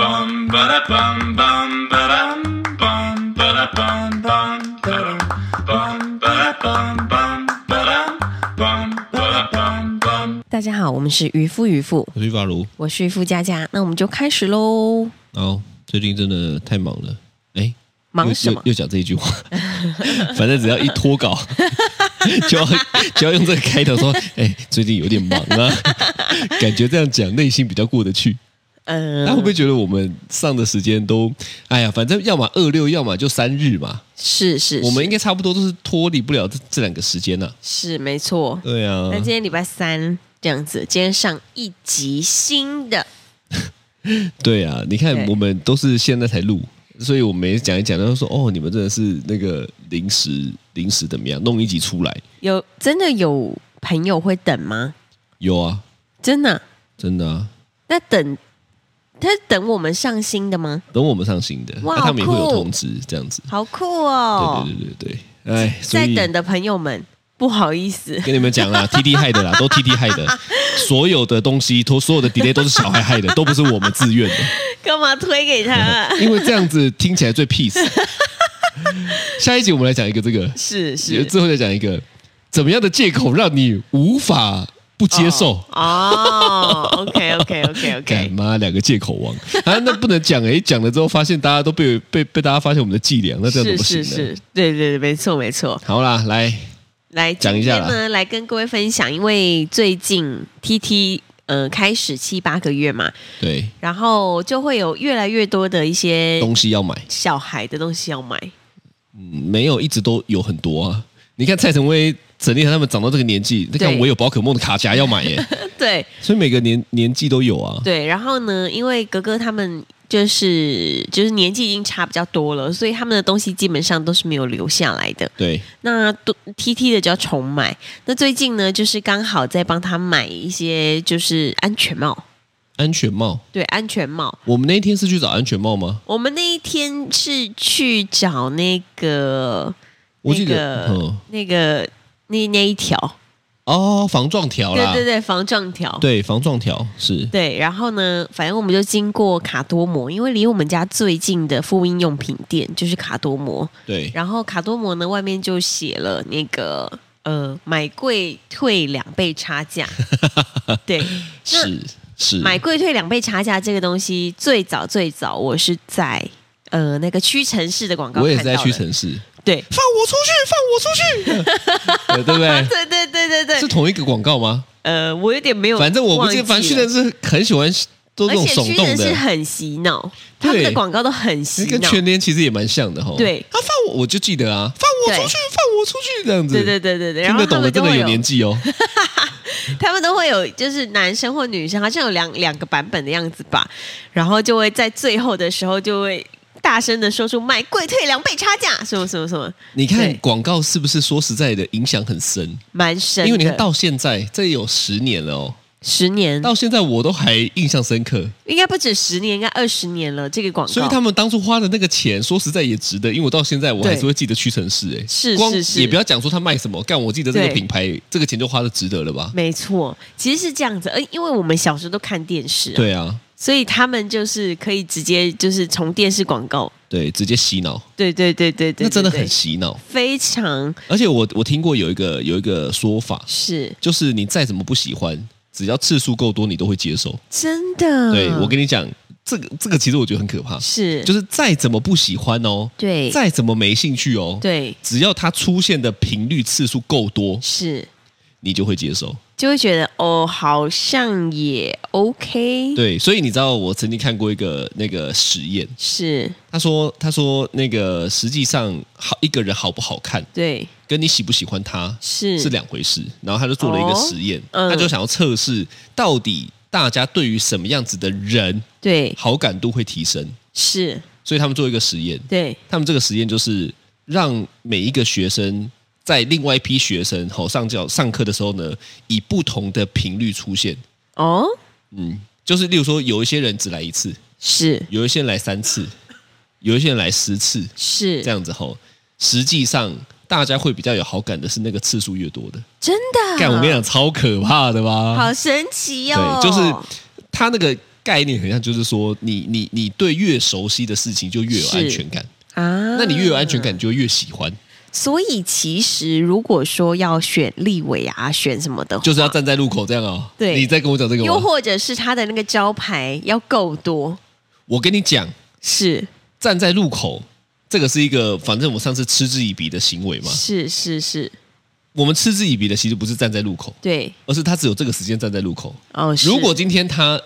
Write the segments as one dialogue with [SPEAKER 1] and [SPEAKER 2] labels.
[SPEAKER 1] bum ba da bum bum ba dum bum ba da bum bum ba dum bum ba da bum bum ba dum bum ba da bum bum
[SPEAKER 2] 大家好，我们是渔夫渔妇，
[SPEAKER 3] 我是法如。
[SPEAKER 2] 我是渔夫佳佳，那我们就开始喽。
[SPEAKER 3] 然后最近真的太忙了，哎，
[SPEAKER 2] 忙
[SPEAKER 3] 又
[SPEAKER 2] 什么
[SPEAKER 3] 又？又讲这一句话， 反正只要一脱稿， 就要就要用这个开头说，哎，最近有点忙啊， 感觉这样讲内心比较过得去。
[SPEAKER 2] 呃
[SPEAKER 3] 大家会不会觉得我们上的时间都，哎呀，反正要么二六，要么就三日嘛，
[SPEAKER 2] 是是，
[SPEAKER 3] 我们
[SPEAKER 2] 是
[SPEAKER 3] 应该差不多都是脱离不了这这两个时间呐、啊
[SPEAKER 2] 是没错。
[SPEAKER 3] 对啊
[SPEAKER 2] 那，今天礼拜三这样子，今天上一集新的，
[SPEAKER 3] 对啊，你看
[SPEAKER 2] 对
[SPEAKER 3] 我们都是现在才录，所以我们也讲一讲，然后说哦，你们真的是那个临时临时怎么样弄一集出来？
[SPEAKER 2] 有真的有朋友会等吗？
[SPEAKER 3] 有啊，
[SPEAKER 2] 真的啊？
[SPEAKER 3] 真的啊，
[SPEAKER 2] 那等他等我们上新的吗？
[SPEAKER 3] 等我们上新的，那、
[SPEAKER 2] 哇
[SPEAKER 3] 他们也会有
[SPEAKER 2] 好酷
[SPEAKER 3] 通知这样子。
[SPEAKER 2] 好酷哦！
[SPEAKER 3] 对对对对对，哎，所
[SPEAKER 2] 在
[SPEAKER 3] 以
[SPEAKER 2] 等的朋友们，不好意思，
[SPEAKER 3] 跟你们讲啦，T 啊 T 害的啦，都 T T 害的，所有的东西，都所有的 delay 都是小孩害的，都不是我们自愿的，
[SPEAKER 2] 干嘛推给 他？
[SPEAKER 3] 因为这样子听起来 最 peace。下一集我们来讲一个这个，
[SPEAKER 2] 是是
[SPEAKER 3] 有，最后再讲一个，怎么样的借口让你无法不接受？
[SPEAKER 2] 哦。OK OK OK
[SPEAKER 3] 干
[SPEAKER 2] OK，
[SPEAKER 3] 妈两个借口王 啊，那不能讲哎，讲了之后发现大家都被被被大家发现我们的伎俩，那这样怎
[SPEAKER 2] 是
[SPEAKER 3] 么行
[SPEAKER 2] 是
[SPEAKER 3] 呢？
[SPEAKER 2] 是，对对对，没错没错。
[SPEAKER 3] 好啦，来
[SPEAKER 2] 来
[SPEAKER 3] 讲一下啦
[SPEAKER 2] 今天呢，来跟各位分享，因为最近 TT 呃开始七八个月嘛，
[SPEAKER 3] 对
[SPEAKER 2] 然后就会有越来越多的一些
[SPEAKER 3] 东西要买，
[SPEAKER 2] 小孩的东西要买，
[SPEAKER 3] 嗯没有一直都有很多啊。你看蔡成威、陈立和他们长到这个年纪，那看
[SPEAKER 2] 对
[SPEAKER 3] 我有宝可梦的卡夹要买 耶，
[SPEAKER 2] 对
[SPEAKER 3] 所以每个年年纪都有啊。
[SPEAKER 2] 对。然后呢，因为格格他们就是就是年纪已经差比较多了，所以他们的东西基本上都是没有留下来的。
[SPEAKER 3] 对，
[SPEAKER 2] 那都 T T 的就要重买。那最近呢，就是刚好在帮他买一些就是安全帽，
[SPEAKER 3] 安全帽，
[SPEAKER 2] 对，安全帽。
[SPEAKER 3] 我们那一天是去找安全帽吗？
[SPEAKER 2] 我们那一天是去找那个
[SPEAKER 3] 我记
[SPEAKER 2] 那
[SPEAKER 3] 得，
[SPEAKER 2] 个
[SPEAKER 3] 嗯，
[SPEAKER 2] 那个那那一条，
[SPEAKER 3] 哦，防撞条
[SPEAKER 2] 对
[SPEAKER 3] 啦，
[SPEAKER 2] 对对，防撞条。
[SPEAKER 3] 对防撞条是，
[SPEAKER 2] 对，然后呢，反正我们就经过卡多摩，因为离我们家最近的妇婴用品店就是卡多摩。
[SPEAKER 3] 对
[SPEAKER 2] 然后卡多摩呢，外面就写了那个呃，买贵退两倍差 价。对，那
[SPEAKER 3] 是是，
[SPEAKER 2] 买贵退两倍差价这个东西，最早最早我是在呃那个屈臣氏的广告
[SPEAKER 3] 我也是
[SPEAKER 2] 看到
[SPEAKER 3] 在屈
[SPEAKER 2] 的，
[SPEAKER 3] 臣氏。，
[SPEAKER 2] 对
[SPEAKER 3] 放我出去，放我 出去，对对不对？
[SPEAKER 2] 啊对对对对
[SPEAKER 3] 是
[SPEAKER 2] 对，
[SPEAKER 3] 同一个广告吗？
[SPEAKER 2] 呃，我有点没有忘
[SPEAKER 3] 反
[SPEAKER 2] 记
[SPEAKER 3] 正
[SPEAKER 2] 了，
[SPEAKER 3] 我不记得，反正屈臣氏很喜欢都这
[SPEAKER 2] 而
[SPEAKER 3] 种
[SPEAKER 2] 且屈
[SPEAKER 3] 耸动
[SPEAKER 2] 臣氏
[SPEAKER 3] 的，
[SPEAKER 2] 很洗脑，他们
[SPEAKER 3] 对
[SPEAKER 2] 的广告都很洗
[SPEAKER 3] 其实跟
[SPEAKER 2] 脑，
[SPEAKER 3] 全联其实也蛮像的哈。
[SPEAKER 2] 对
[SPEAKER 3] 啊，放我我就记得啊，放我出去，放我出去这样子。
[SPEAKER 2] 对对对对对，然后
[SPEAKER 3] 听得
[SPEAKER 2] 他
[SPEAKER 3] 懂
[SPEAKER 2] 们
[SPEAKER 3] 的
[SPEAKER 2] 都
[SPEAKER 3] 真的
[SPEAKER 2] 会
[SPEAKER 3] 有年纪哦。
[SPEAKER 2] 他们都会有，就是男生或女生，好像有两两个版本的样子吧。然后就会在最后的时候，就会大声的说出“买贵退两倍差价”什么什么什么，
[SPEAKER 3] 你
[SPEAKER 2] 对
[SPEAKER 3] 看广告是不是说实在的影响很深？
[SPEAKER 2] 蛮深的。
[SPEAKER 3] 因为你看到现在，这有十年了哦，
[SPEAKER 2] 十年，
[SPEAKER 3] 到现在我都还印象深刻。
[SPEAKER 2] 应该不止十年，应该二十年了。这个广告，
[SPEAKER 3] 所以他们当初花的那个钱，说实在也值得，因为我到现在我还是会记得屈臣氏、哎，
[SPEAKER 2] 是
[SPEAKER 3] 光
[SPEAKER 2] 是是
[SPEAKER 3] 也不要讲说他卖什么，干我记得这个
[SPEAKER 2] 对
[SPEAKER 3] 品牌，这个钱就花的值得了吧？
[SPEAKER 2] 没错，其实是这样子。呃，因为我们小时候都看电视、，
[SPEAKER 3] 对啊，
[SPEAKER 2] 所以他们就是可以直接就是从电视广告，
[SPEAKER 3] 对，直接洗脑，
[SPEAKER 2] 对对对对对，
[SPEAKER 3] 那真的很
[SPEAKER 2] 对对
[SPEAKER 3] 洗脑。
[SPEAKER 2] 非常
[SPEAKER 3] 而且我我听过有一个有一个说法，
[SPEAKER 2] 是
[SPEAKER 3] 就是你再怎么不喜欢，只要次数够多，你都会接受。
[SPEAKER 2] 真的。
[SPEAKER 3] 对我跟你讲，这个这个其实我觉得很可怕，
[SPEAKER 2] 嗯是
[SPEAKER 3] 就是再怎么不喜欢哦，
[SPEAKER 2] 对
[SPEAKER 3] 再怎么没兴趣哦，，
[SPEAKER 2] 对
[SPEAKER 3] 只要它出现的频率次数够多，
[SPEAKER 2] 是。
[SPEAKER 3] 你就会接受。
[SPEAKER 2] 就会觉得哦，好像也 OK，
[SPEAKER 3] 对，所以你知道我曾经看过一个那个实验，
[SPEAKER 2] 是，
[SPEAKER 3] 他说他说那个实际上好一个人好不好看，
[SPEAKER 2] 对，
[SPEAKER 3] 跟你喜不喜欢他
[SPEAKER 2] 是
[SPEAKER 3] 是两回事。然后他就做了一个
[SPEAKER 2] 哦
[SPEAKER 3] 实验，
[SPEAKER 2] 嗯
[SPEAKER 3] 他就想要测试到底大家对于什么样子的人
[SPEAKER 2] 对，
[SPEAKER 3] 好感度会提升，
[SPEAKER 2] 是，
[SPEAKER 3] 所以他们做一个实验，
[SPEAKER 2] 对，
[SPEAKER 3] 他们这个实验就是让每一个学生。在另外一批学生好上教上课的时候呢，以不同的频率出现，
[SPEAKER 2] 哦，
[SPEAKER 3] 就是例如说，有一些人只来一次，
[SPEAKER 2] 是
[SPEAKER 3] 有一些人来三次，有一些人来十次，
[SPEAKER 2] 是，
[SPEAKER 3] 这样子吼，实际上大家会比较有好感的是那个次数越多的。
[SPEAKER 2] 真的，
[SPEAKER 3] 干，我跟你讲，超可怕的吧？
[SPEAKER 2] 好神奇
[SPEAKER 3] 对
[SPEAKER 2] 哦，，
[SPEAKER 3] 就是他那个概念很像，就是说你你你对越熟悉的事情就越有安全感，
[SPEAKER 2] 啊
[SPEAKER 3] 那你越有安全感，你就越喜欢，
[SPEAKER 2] 所以其实如果说要选立委啊，选什么的话，
[SPEAKER 3] 就是要站在路口这样哦。
[SPEAKER 2] 对
[SPEAKER 3] 你在跟我讲这个
[SPEAKER 2] 又
[SPEAKER 3] 吗？
[SPEAKER 2] 或者是他的那个招牌要够多，
[SPEAKER 3] 我跟你讲，
[SPEAKER 2] 是
[SPEAKER 3] 站在路口这个是一个，反正我们上次嗤之以鼻的行为嘛。
[SPEAKER 2] 是是是，
[SPEAKER 3] 我们嗤之以鼻的其实不是站在路口，
[SPEAKER 2] 对
[SPEAKER 3] 而是他只有这个时间站在路口。
[SPEAKER 2] 哦。是
[SPEAKER 3] 如果今天他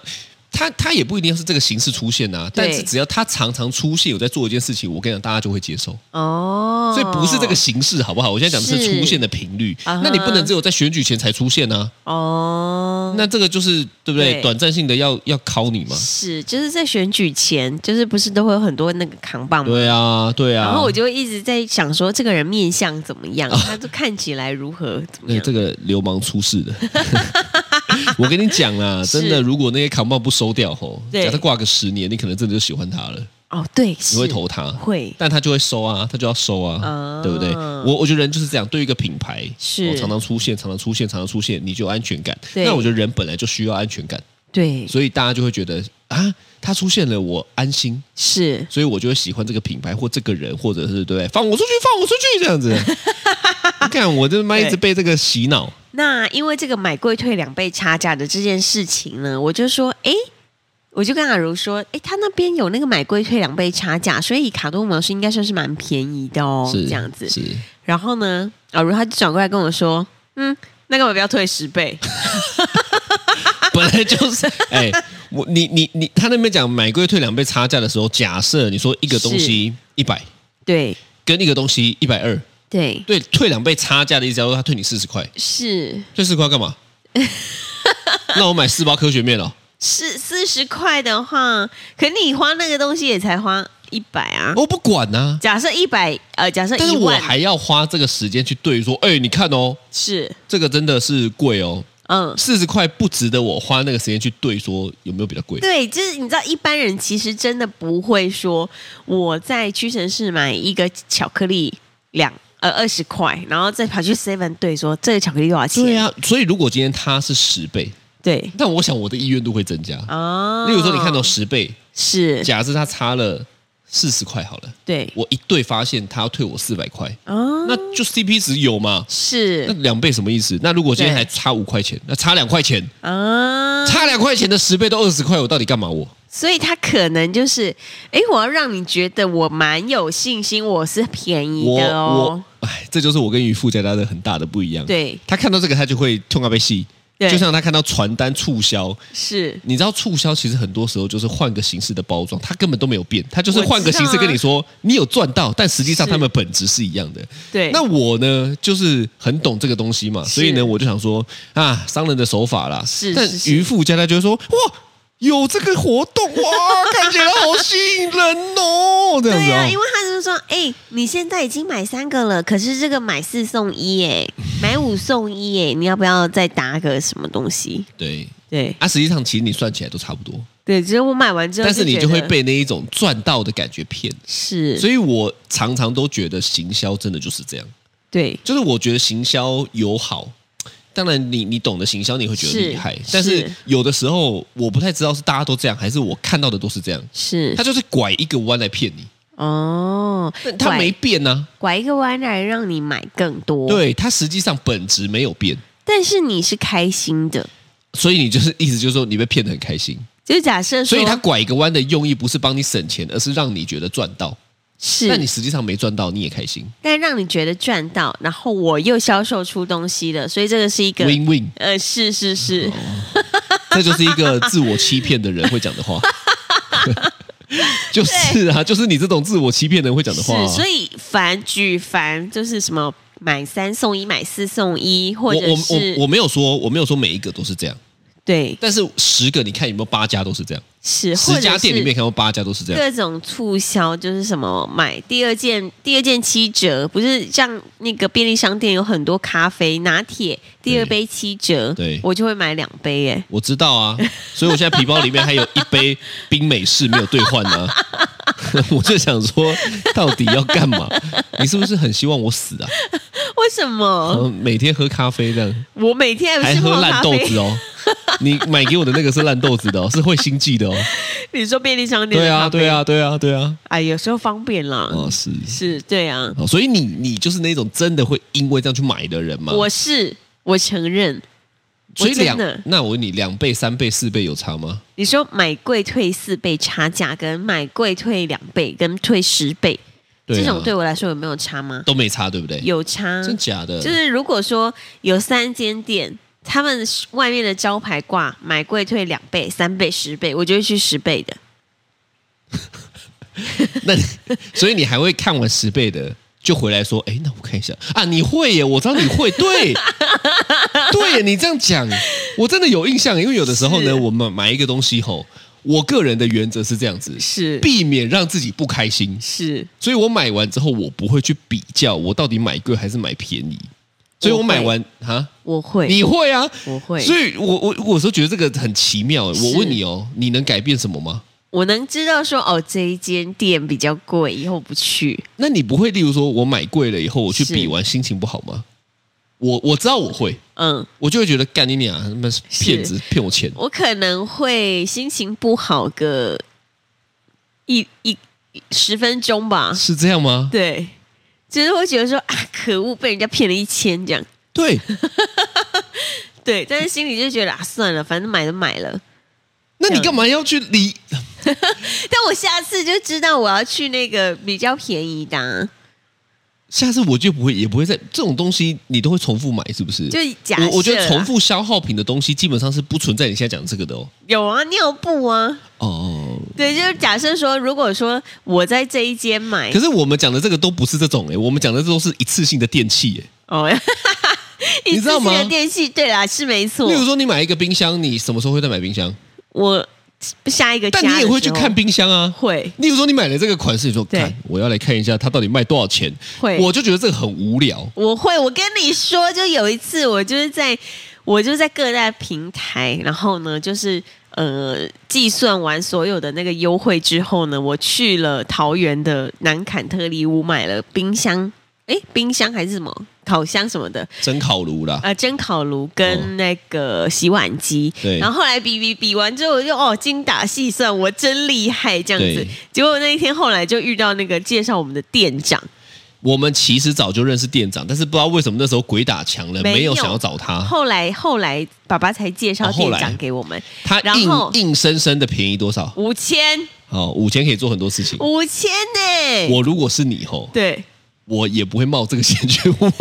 [SPEAKER 3] 他他也不一定是这个形式出现啊，但是只要他常常出现，有在做一件事情，我跟你讲，大家就会接受。
[SPEAKER 2] 哦，
[SPEAKER 3] 所以不是这个形式，好不好？我现在讲的是
[SPEAKER 2] 是
[SPEAKER 3] 出现的频率。
[SPEAKER 2] 啊哈
[SPEAKER 3] 那你不能只有在选举前才出现啊，
[SPEAKER 2] 哦，
[SPEAKER 3] 那这个就是对不对？
[SPEAKER 2] 对
[SPEAKER 3] 短暂性的要要考你嘛。
[SPEAKER 2] 是就是在选举前，就是不是都会有很多那个扛棒吗？
[SPEAKER 3] 对啊，对啊。
[SPEAKER 2] 然后我就一直在想说，这个人面相怎么样？他就看起来如何怎么
[SPEAKER 3] 那
[SPEAKER 2] 样？
[SPEAKER 3] 这个流氓出事 的， 我跟你讲啦，
[SPEAKER 2] 是
[SPEAKER 3] 真的，如果那些扛棒不收掉吼，
[SPEAKER 2] 对
[SPEAKER 3] 假设挂个十年，你可能真的就喜欢他了，
[SPEAKER 2] 哦，对，是
[SPEAKER 3] 你会投他，
[SPEAKER 2] 会
[SPEAKER 3] 但他就会收啊，他就要收啊，
[SPEAKER 2] 啊
[SPEAKER 3] 对不对？我我觉得人就是这样，对于一个品牌，
[SPEAKER 2] 是
[SPEAKER 3] 哦常常出现，常常出现，常常出现，你就有安全感。
[SPEAKER 2] 对
[SPEAKER 3] 那我觉得人本来就需要安全感，
[SPEAKER 2] 对
[SPEAKER 3] 所以大家就会觉得啊，他出现了，我安心，
[SPEAKER 2] 是
[SPEAKER 3] 所以我就会喜欢这个品牌或这个人，或者是对不对？放我出去，放我出去，这样 子。你看，我这妈一直被这个洗脑。
[SPEAKER 2] 那因为这个买贵退两倍差价的这件事情呢，我就说，诶，我就跟阿如说，诶，他那边有那个买贵退两倍差价，所以卡多姆老师应该算是蛮便宜的哦，
[SPEAKER 3] 是
[SPEAKER 2] 这样子。
[SPEAKER 3] 是
[SPEAKER 2] 然后呢，阿如他就转过来跟我说，嗯，那干嘛不要退十 倍？
[SPEAKER 3] 本 来就是，哎、我你你你，他那边讲买贵退两倍差价的时候，假设你说一个东西一百，
[SPEAKER 2] 对
[SPEAKER 3] 跟一个东西一百二，
[SPEAKER 2] 对
[SPEAKER 3] 对，退两倍差价的意思，假如说他退你四十块，
[SPEAKER 2] 是
[SPEAKER 3] 退四十块干 嘛？那我买四包科学面了、哦
[SPEAKER 2] 是四十块的话，可你花那个东西也才花一百啊。
[SPEAKER 3] 我不管呐、
[SPEAKER 2] 假设一百，呃，假设
[SPEAKER 3] 哦但
[SPEAKER 2] 一
[SPEAKER 3] 是我
[SPEAKER 2] 万
[SPEAKER 3] 还要花这个时间去对说，哎、你看哦，
[SPEAKER 2] 是，
[SPEAKER 3] 这个真的是贵哦，
[SPEAKER 2] 嗯，
[SPEAKER 3] 四十块不值得我花那个时间去对说有没有比较贵。
[SPEAKER 2] 对，就是你知道，一般人其实真的不会说我在屈臣氏买一个巧克力两呃二十块，然后再跑去 Seven 对说这个巧克力多少钱？
[SPEAKER 3] 对啊，所以如果今天它是十倍，
[SPEAKER 2] 对
[SPEAKER 3] 但我想我的意愿度会增加。
[SPEAKER 2] 啊
[SPEAKER 3] 例如说，你看到十倍，
[SPEAKER 2] 是，
[SPEAKER 3] 假设他差了四十块好了，
[SPEAKER 2] 对
[SPEAKER 3] 我一对发现他要退我四百块，
[SPEAKER 2] 啊，
[SPEAKER 3] 那就 CP 值有嘛？那
[SPEAKER 2] 是
[SPEAKER 3] 两倍什么意思？那如果今天
[SPEAKER 2] 对
[SPEAKER 3] 还差五块钱，那差两块钱，
[SPEAKER 2] 啊，
[SPEAKER 3] 差两块钱的十倍都二十块，我到底干嘛我？
[SPEAKER 2] 所以他可能就是，哎，我要让你觉得我蛮有信心，我是便宜
[SPEAKER 3] 我
[SPEAKER 2] 的哦
[SPEAKER 3] 我，，哎，这就是我跟渔夫家的很大的不一样。，
[SPEAKER 2] 对，
[SPEAKER 3] 他看到这个他就会痛到被戏，
[SPEAKER 2] 对
[SPEAKER 3] 就像他看到传单促销。
[SPEAKER 2] 是
[SPEAKER 3] 你知道促销其实很多时候就是换个形式的包装，它根本都没有变，它就是
[SPEAKER 2] 我知道啊
[SPEAKER 3] 换个形式跟你说、你有赚到，但实际上
[SPEAKER 2] 是
[SPEAKER 3] 他们本质是一样的。
[SPEAKER 2] 对，
[SPEAKER 3] 那我呢，就是很懂这个东西嘛，所以呢，我就想说啊，商人的手法啦。
[SPEAKER 2] 是
[SPEAKER 3] 但
[SPEAKER 2] 是是
[SPEAKER 3] 渔夫家他就会说，哇，有这个活动哇，看起来好吸引人哦，这样
[SPEAKER 2] 对
[SPEAKER 3] 子
[SPEAKER 2] 啊，因
[SPEAKER 3] 哦。
[SPEAKER 2] 为他就是说，哎、你现在已经买三个了，可是这个买四送一， 哎，买五送一，哎，你要不要再打个什么东西？
[SPEAKER 3] 对
[SPEAKER 2] 对
[SPEAKER 3] 啊，实际上其实你算起来都差不多，
[SPEAKER 2] 对，只是我买完之后，
[SPEAKER 3] 但是你
[SPEAKER 2] 就
[SPEAKER 3] 就
[SPEAKER 2] 觉
[SPEAKER 3] 会
[SPEAKER 2] 得
[SPEAKER 3] 被那一种赚到的感觉骗。
[SPEAKER 2] 是，
[SPEAKER 3] 所以我常常都觉得行销真的就是这样，
[SPEAKER 2] 对
[SPEAKER 3] 就是我觉得行销有好。当然你，你懂得行销，你会觉得厉害。
[SPEAKER 2] 是
[SPEAKER 3] 但是
[SPEAKER 2] 是
[SPEAKER 3] 有的时候，我不太知道是大家都这样，还是我看到的都是这样。
[SPEAKER 2] 是
[SPEAKER 3] 他就是拐一个弯来骗你，
[SPEAKER 2] 哦，
[SPEAKER 3] 但他没
[SPEAKER 2] 拐
[SPEAKER 3] 变呢、
[SPEAKER 2] 拐一个弯来让你买更多，，
[SPEAKER 3] 对他实际上本质没有变，
[SPEAKER 2] 但是你是开心的，
[SPEAKER 3] 所以你就是意思就是说你被骗得很开心，
[SPEAKER 2] 就假设说，
[SPEAKER 3] 所以他拐一个弯的用意不是帮你省钱，而是让你觉得赚到，
[SPEAKER 2] 是，
[SPEAKER 3] 但你实际上没赚到，你也开心
[SPEAKER 2] 但让你觉得赚到，然后我又销售出东西了，所以这个是一个
[SPEAKER 3] ，win win，
[SPEAKER 2] 呃，是是是，
[SPEAKER 3] 这就是一个自我欺骗的人会讲 的话，就是啊，就是你这种自我欺骗的人会讲的话啊、
[SPEAKER 2] 是，所以凡举凡就是什么买三送一、买四送一，或
[SPEAKER 3] 我
[SPEAKER 2] 者
[SPEAKER 3] 我
[SPEAKER 2] 是
[SPEAKER 3] 我我没有说我没有说每一个都是这样，
[SPEAKER 2] 对
[SPEAKER 3] 但是十个你看有没有八家都是这样，
[SPEAKER 2] 是
[SPEAKER 3] 十家店里
[SPEAKER 2] 或
[SPEAKER 3] 面
[SPEAKER 2] 者是
[SPEAKER 3] 看到八家都是这样。
[SPEAKER 2] 各种促销，就是什么买第二件第二件七折，不是像那个便利商店有很多咖啡拿铁第二杯七折，
[SPEAKER 3] 对
[SPEAKER 2] 我就会买两杯耶。
[SPEAKER 3] 我知道啊，所以我现在皮包里面还有一杯冰美式没有兑换呢、 我就想说，到底要干嘛？你是不是很希望我死啊？
[SPEAKER 2] 为什么？
[SPEAKER 3] 嗯，每天喝咖啡这样，
[SPEAKER 2] 哦我每天
[SPEAKER 3] 还
[SPEAKER 2] 是
[SPEAKER 3] 喝
[SPEAKER 2] 泡
[SPEAKER 3] 烂
[SPEAKER 2] 咖
[SPEAKER 3] 豆
[SPEAKER 2] 啡
[SPEAKER 3] 子，哦。你买给我的那个是烂豆子的、哦，是会心 悸的哦。
[SPEAKER 2] 你说便利商店
[SPEAKER 3] 对
[SPEAKER 2] 的
[SPEAKER 3] 啊，
[SPEAKER 2] 咖啡
[SPEAKER 3] 对，啊，对啊，对啊。
[SPEAKER 2] 哎，有时候方便啦，
[SPEAKER 3] 哦，是。
[SPEAKER 2] 是，对啊，
[SPEAKER 3] 哦，所以你你就是那种真的会因为这样去买的人嘛？
[SPEAKER 2] 我是我承认，
[SPEAKER 3] 所以
[SPEAKER 2] 我真
[SPEAKER 3] 两
[SPEAKER 2] 的，
[SPEAKER 3] 那我问你，两倍、三倍、四倍有差吗？
[SPEAKER 2] 你说买贵退四倍差价，跟买贵退两倍，跟退十倍，
[SPEAKER 3] 对啊、
[SPEAKER 2] 这种对我来说有没有差吗？
[SPEAKER 3] 都没差，对不对？
[SPEAKER 2] 有差，
[SPEAKER 3] 真假的？
[SPEAKER 2] 就是如果说有三间店，他们外面的招牌挂买贵退两倍、三倍、十倍，我就会去十倍的。
[SPEAKER 3] 那你所以你还会看完十倍的，就回来说，哎，那我看一下啊，你会耶，我知道你 会，对，对，你这样讲，我真的有印象，因为有的时候
[SPEAKER 2] 是
[SPEAKER 3] 呢，我们买一个东西吼，我个人的原则是这样子，
[SPEAKER 2] 是
[SPEAKER 3] 避免让自己不开心，
[SPEAKER 2] 是，
[SPEAKER 3] 所以我买完之后，我不会去比较我到底买贵还是买便宜，所以我
[SPEAKER 2] 我会
[SPEAKER 3] 买完啊，
[SPEAKER 2] 我会，
[SPEAKER 3] 你会啊，
[SPEAKER 2] 我会，
[SPEAKER 3] 所以我我我是觉得这个很奇妙。
[SPEAKER 2] 是
[SPEAKER 3] 我问你哦，你能改变什么吗？
[SPEAKER 2] 我能知道说哦，这一间店比较贵，以后不去。
[SPEAKER 3] 那你不会，例如说我买贵了以后，我去比
[SPEAKER 2] 是
[SPEAKER 3] 完心情不好吗？我我知道我会，
[SPEAKER 2] 嗯，
[SPEAKER 3] 我就会觉得干你娘，他妈是骗子骗我钱。
[SPEAKER 2] 我可能会心情不好个一一一十分钟吧。
[SPEAKER 3] 是这样吗？
[SPEAKER 2] 对，就是会觉得说啊，可恶，被人家骗了一千这样。
[SPEAKER 3] 对，
[SPEAKER 2] 对，但是心里就觉得啊，算了，反正买都买 了。
[SPEAKER 3] 那你干嘛要去理？
[SPEAKER 2] 但我下次就知道我要去那个比较便宜的啊、
[SPEAKER 3] 下次我就不会，也不会再这种东西，你都会重复买，是不是？
[SPEAKER 2] 就假设啊
[SPEAKER 3] 我我觉得重复消耗品的东西，基本上是不存在你现在讲这个的哦。
[SPEAKER 2] 有啊，尿布啊，
[SPEAKER 3] 哦，
[SPEAKER 2] 对，就是假设说，如果说我在这一间买
[SPEAKER 3] 可，是我们讲的这个都不是这种哎诶，我们讲的这都是一次性的电器诶。
[SPEAKER 2] 哦，
[SPEAKER 3] 你知道吗
[SPEAKER 2] 一次性的电器，对啦，是没错
[SPEAKER 3] 例。如说，你买一个冰箱，你什么时候会再买冰箱？
[SPEAKER 2] 我下一个家
[SPEAKER 3] 但
[SPEAKER 2] 的时候，
[SPEAKER 3] 你也会去看冰箱啊。
[SPEAKER 2] 会
[SPEAKER 3] 例如说，你买了这个款式，你说
[SPEAKER 2] 对
[SPEAKER 3] 看，我要来看一下它到底卖多少钱。
[SPEAKER 2] 会
[SPEAKER 3] 我就觉得这个很无聊。
[SPEAKER 2] 我会，我跟你说，就有一次，我就是在，我就在各大平台，然后呢，就是呃，计算完所有的那个优惠之后呢，我去了桃园的南坎特利屋买了冰箱，诶，冰箱还是什么烤箱什么的，
[SPEAKER 3] 蒸烤炉啦，
[SPEAKER 2] 呃，蒸烤炉
[SPEAKER 3] 哦
[SPEAKER 2] 跟那个洗碗机。
[SPEAKER 3] 对
[SPEAKER 2] 然后后来比比比完之后，我就哦精打细算，我真厉害这样子
[SPEAKER 3] 对。
[SPEAKER 2] 结果那一天后来就遇到那个介绍我们的店长，
[SPEAKER 3] 我们其实早就认识店长，但是不知道为什么那时候鬼打墙了，
[SPEAKER 2] 没有
[SPEAKER 3] 没有想要找他，
[SPEAKER 2] 后来后来爸爸才介绍
[SPEAKER 3] 哦后
[SPEAKER 2] 店
[SPEAKER 3] 来
[SPEAKER 2] 长给我们
[SPEAKER 3] 他
[SPEAKER 2] 然
[SPEAKER 3] 硬
[SPEAKER 2] 后
[SPEAKER 3] 硬生生的便宜多少？
[SPEAKER 2] 五千
[SPEAKER 3] 哦，五千可以做很多事情。
[SPEAKER 2] 五千呢。
[SPEAKER 3] 我如果是你吼，
[SPEAKER 2] 对
[SPEAKER 3] 我也不会冒这个险去问。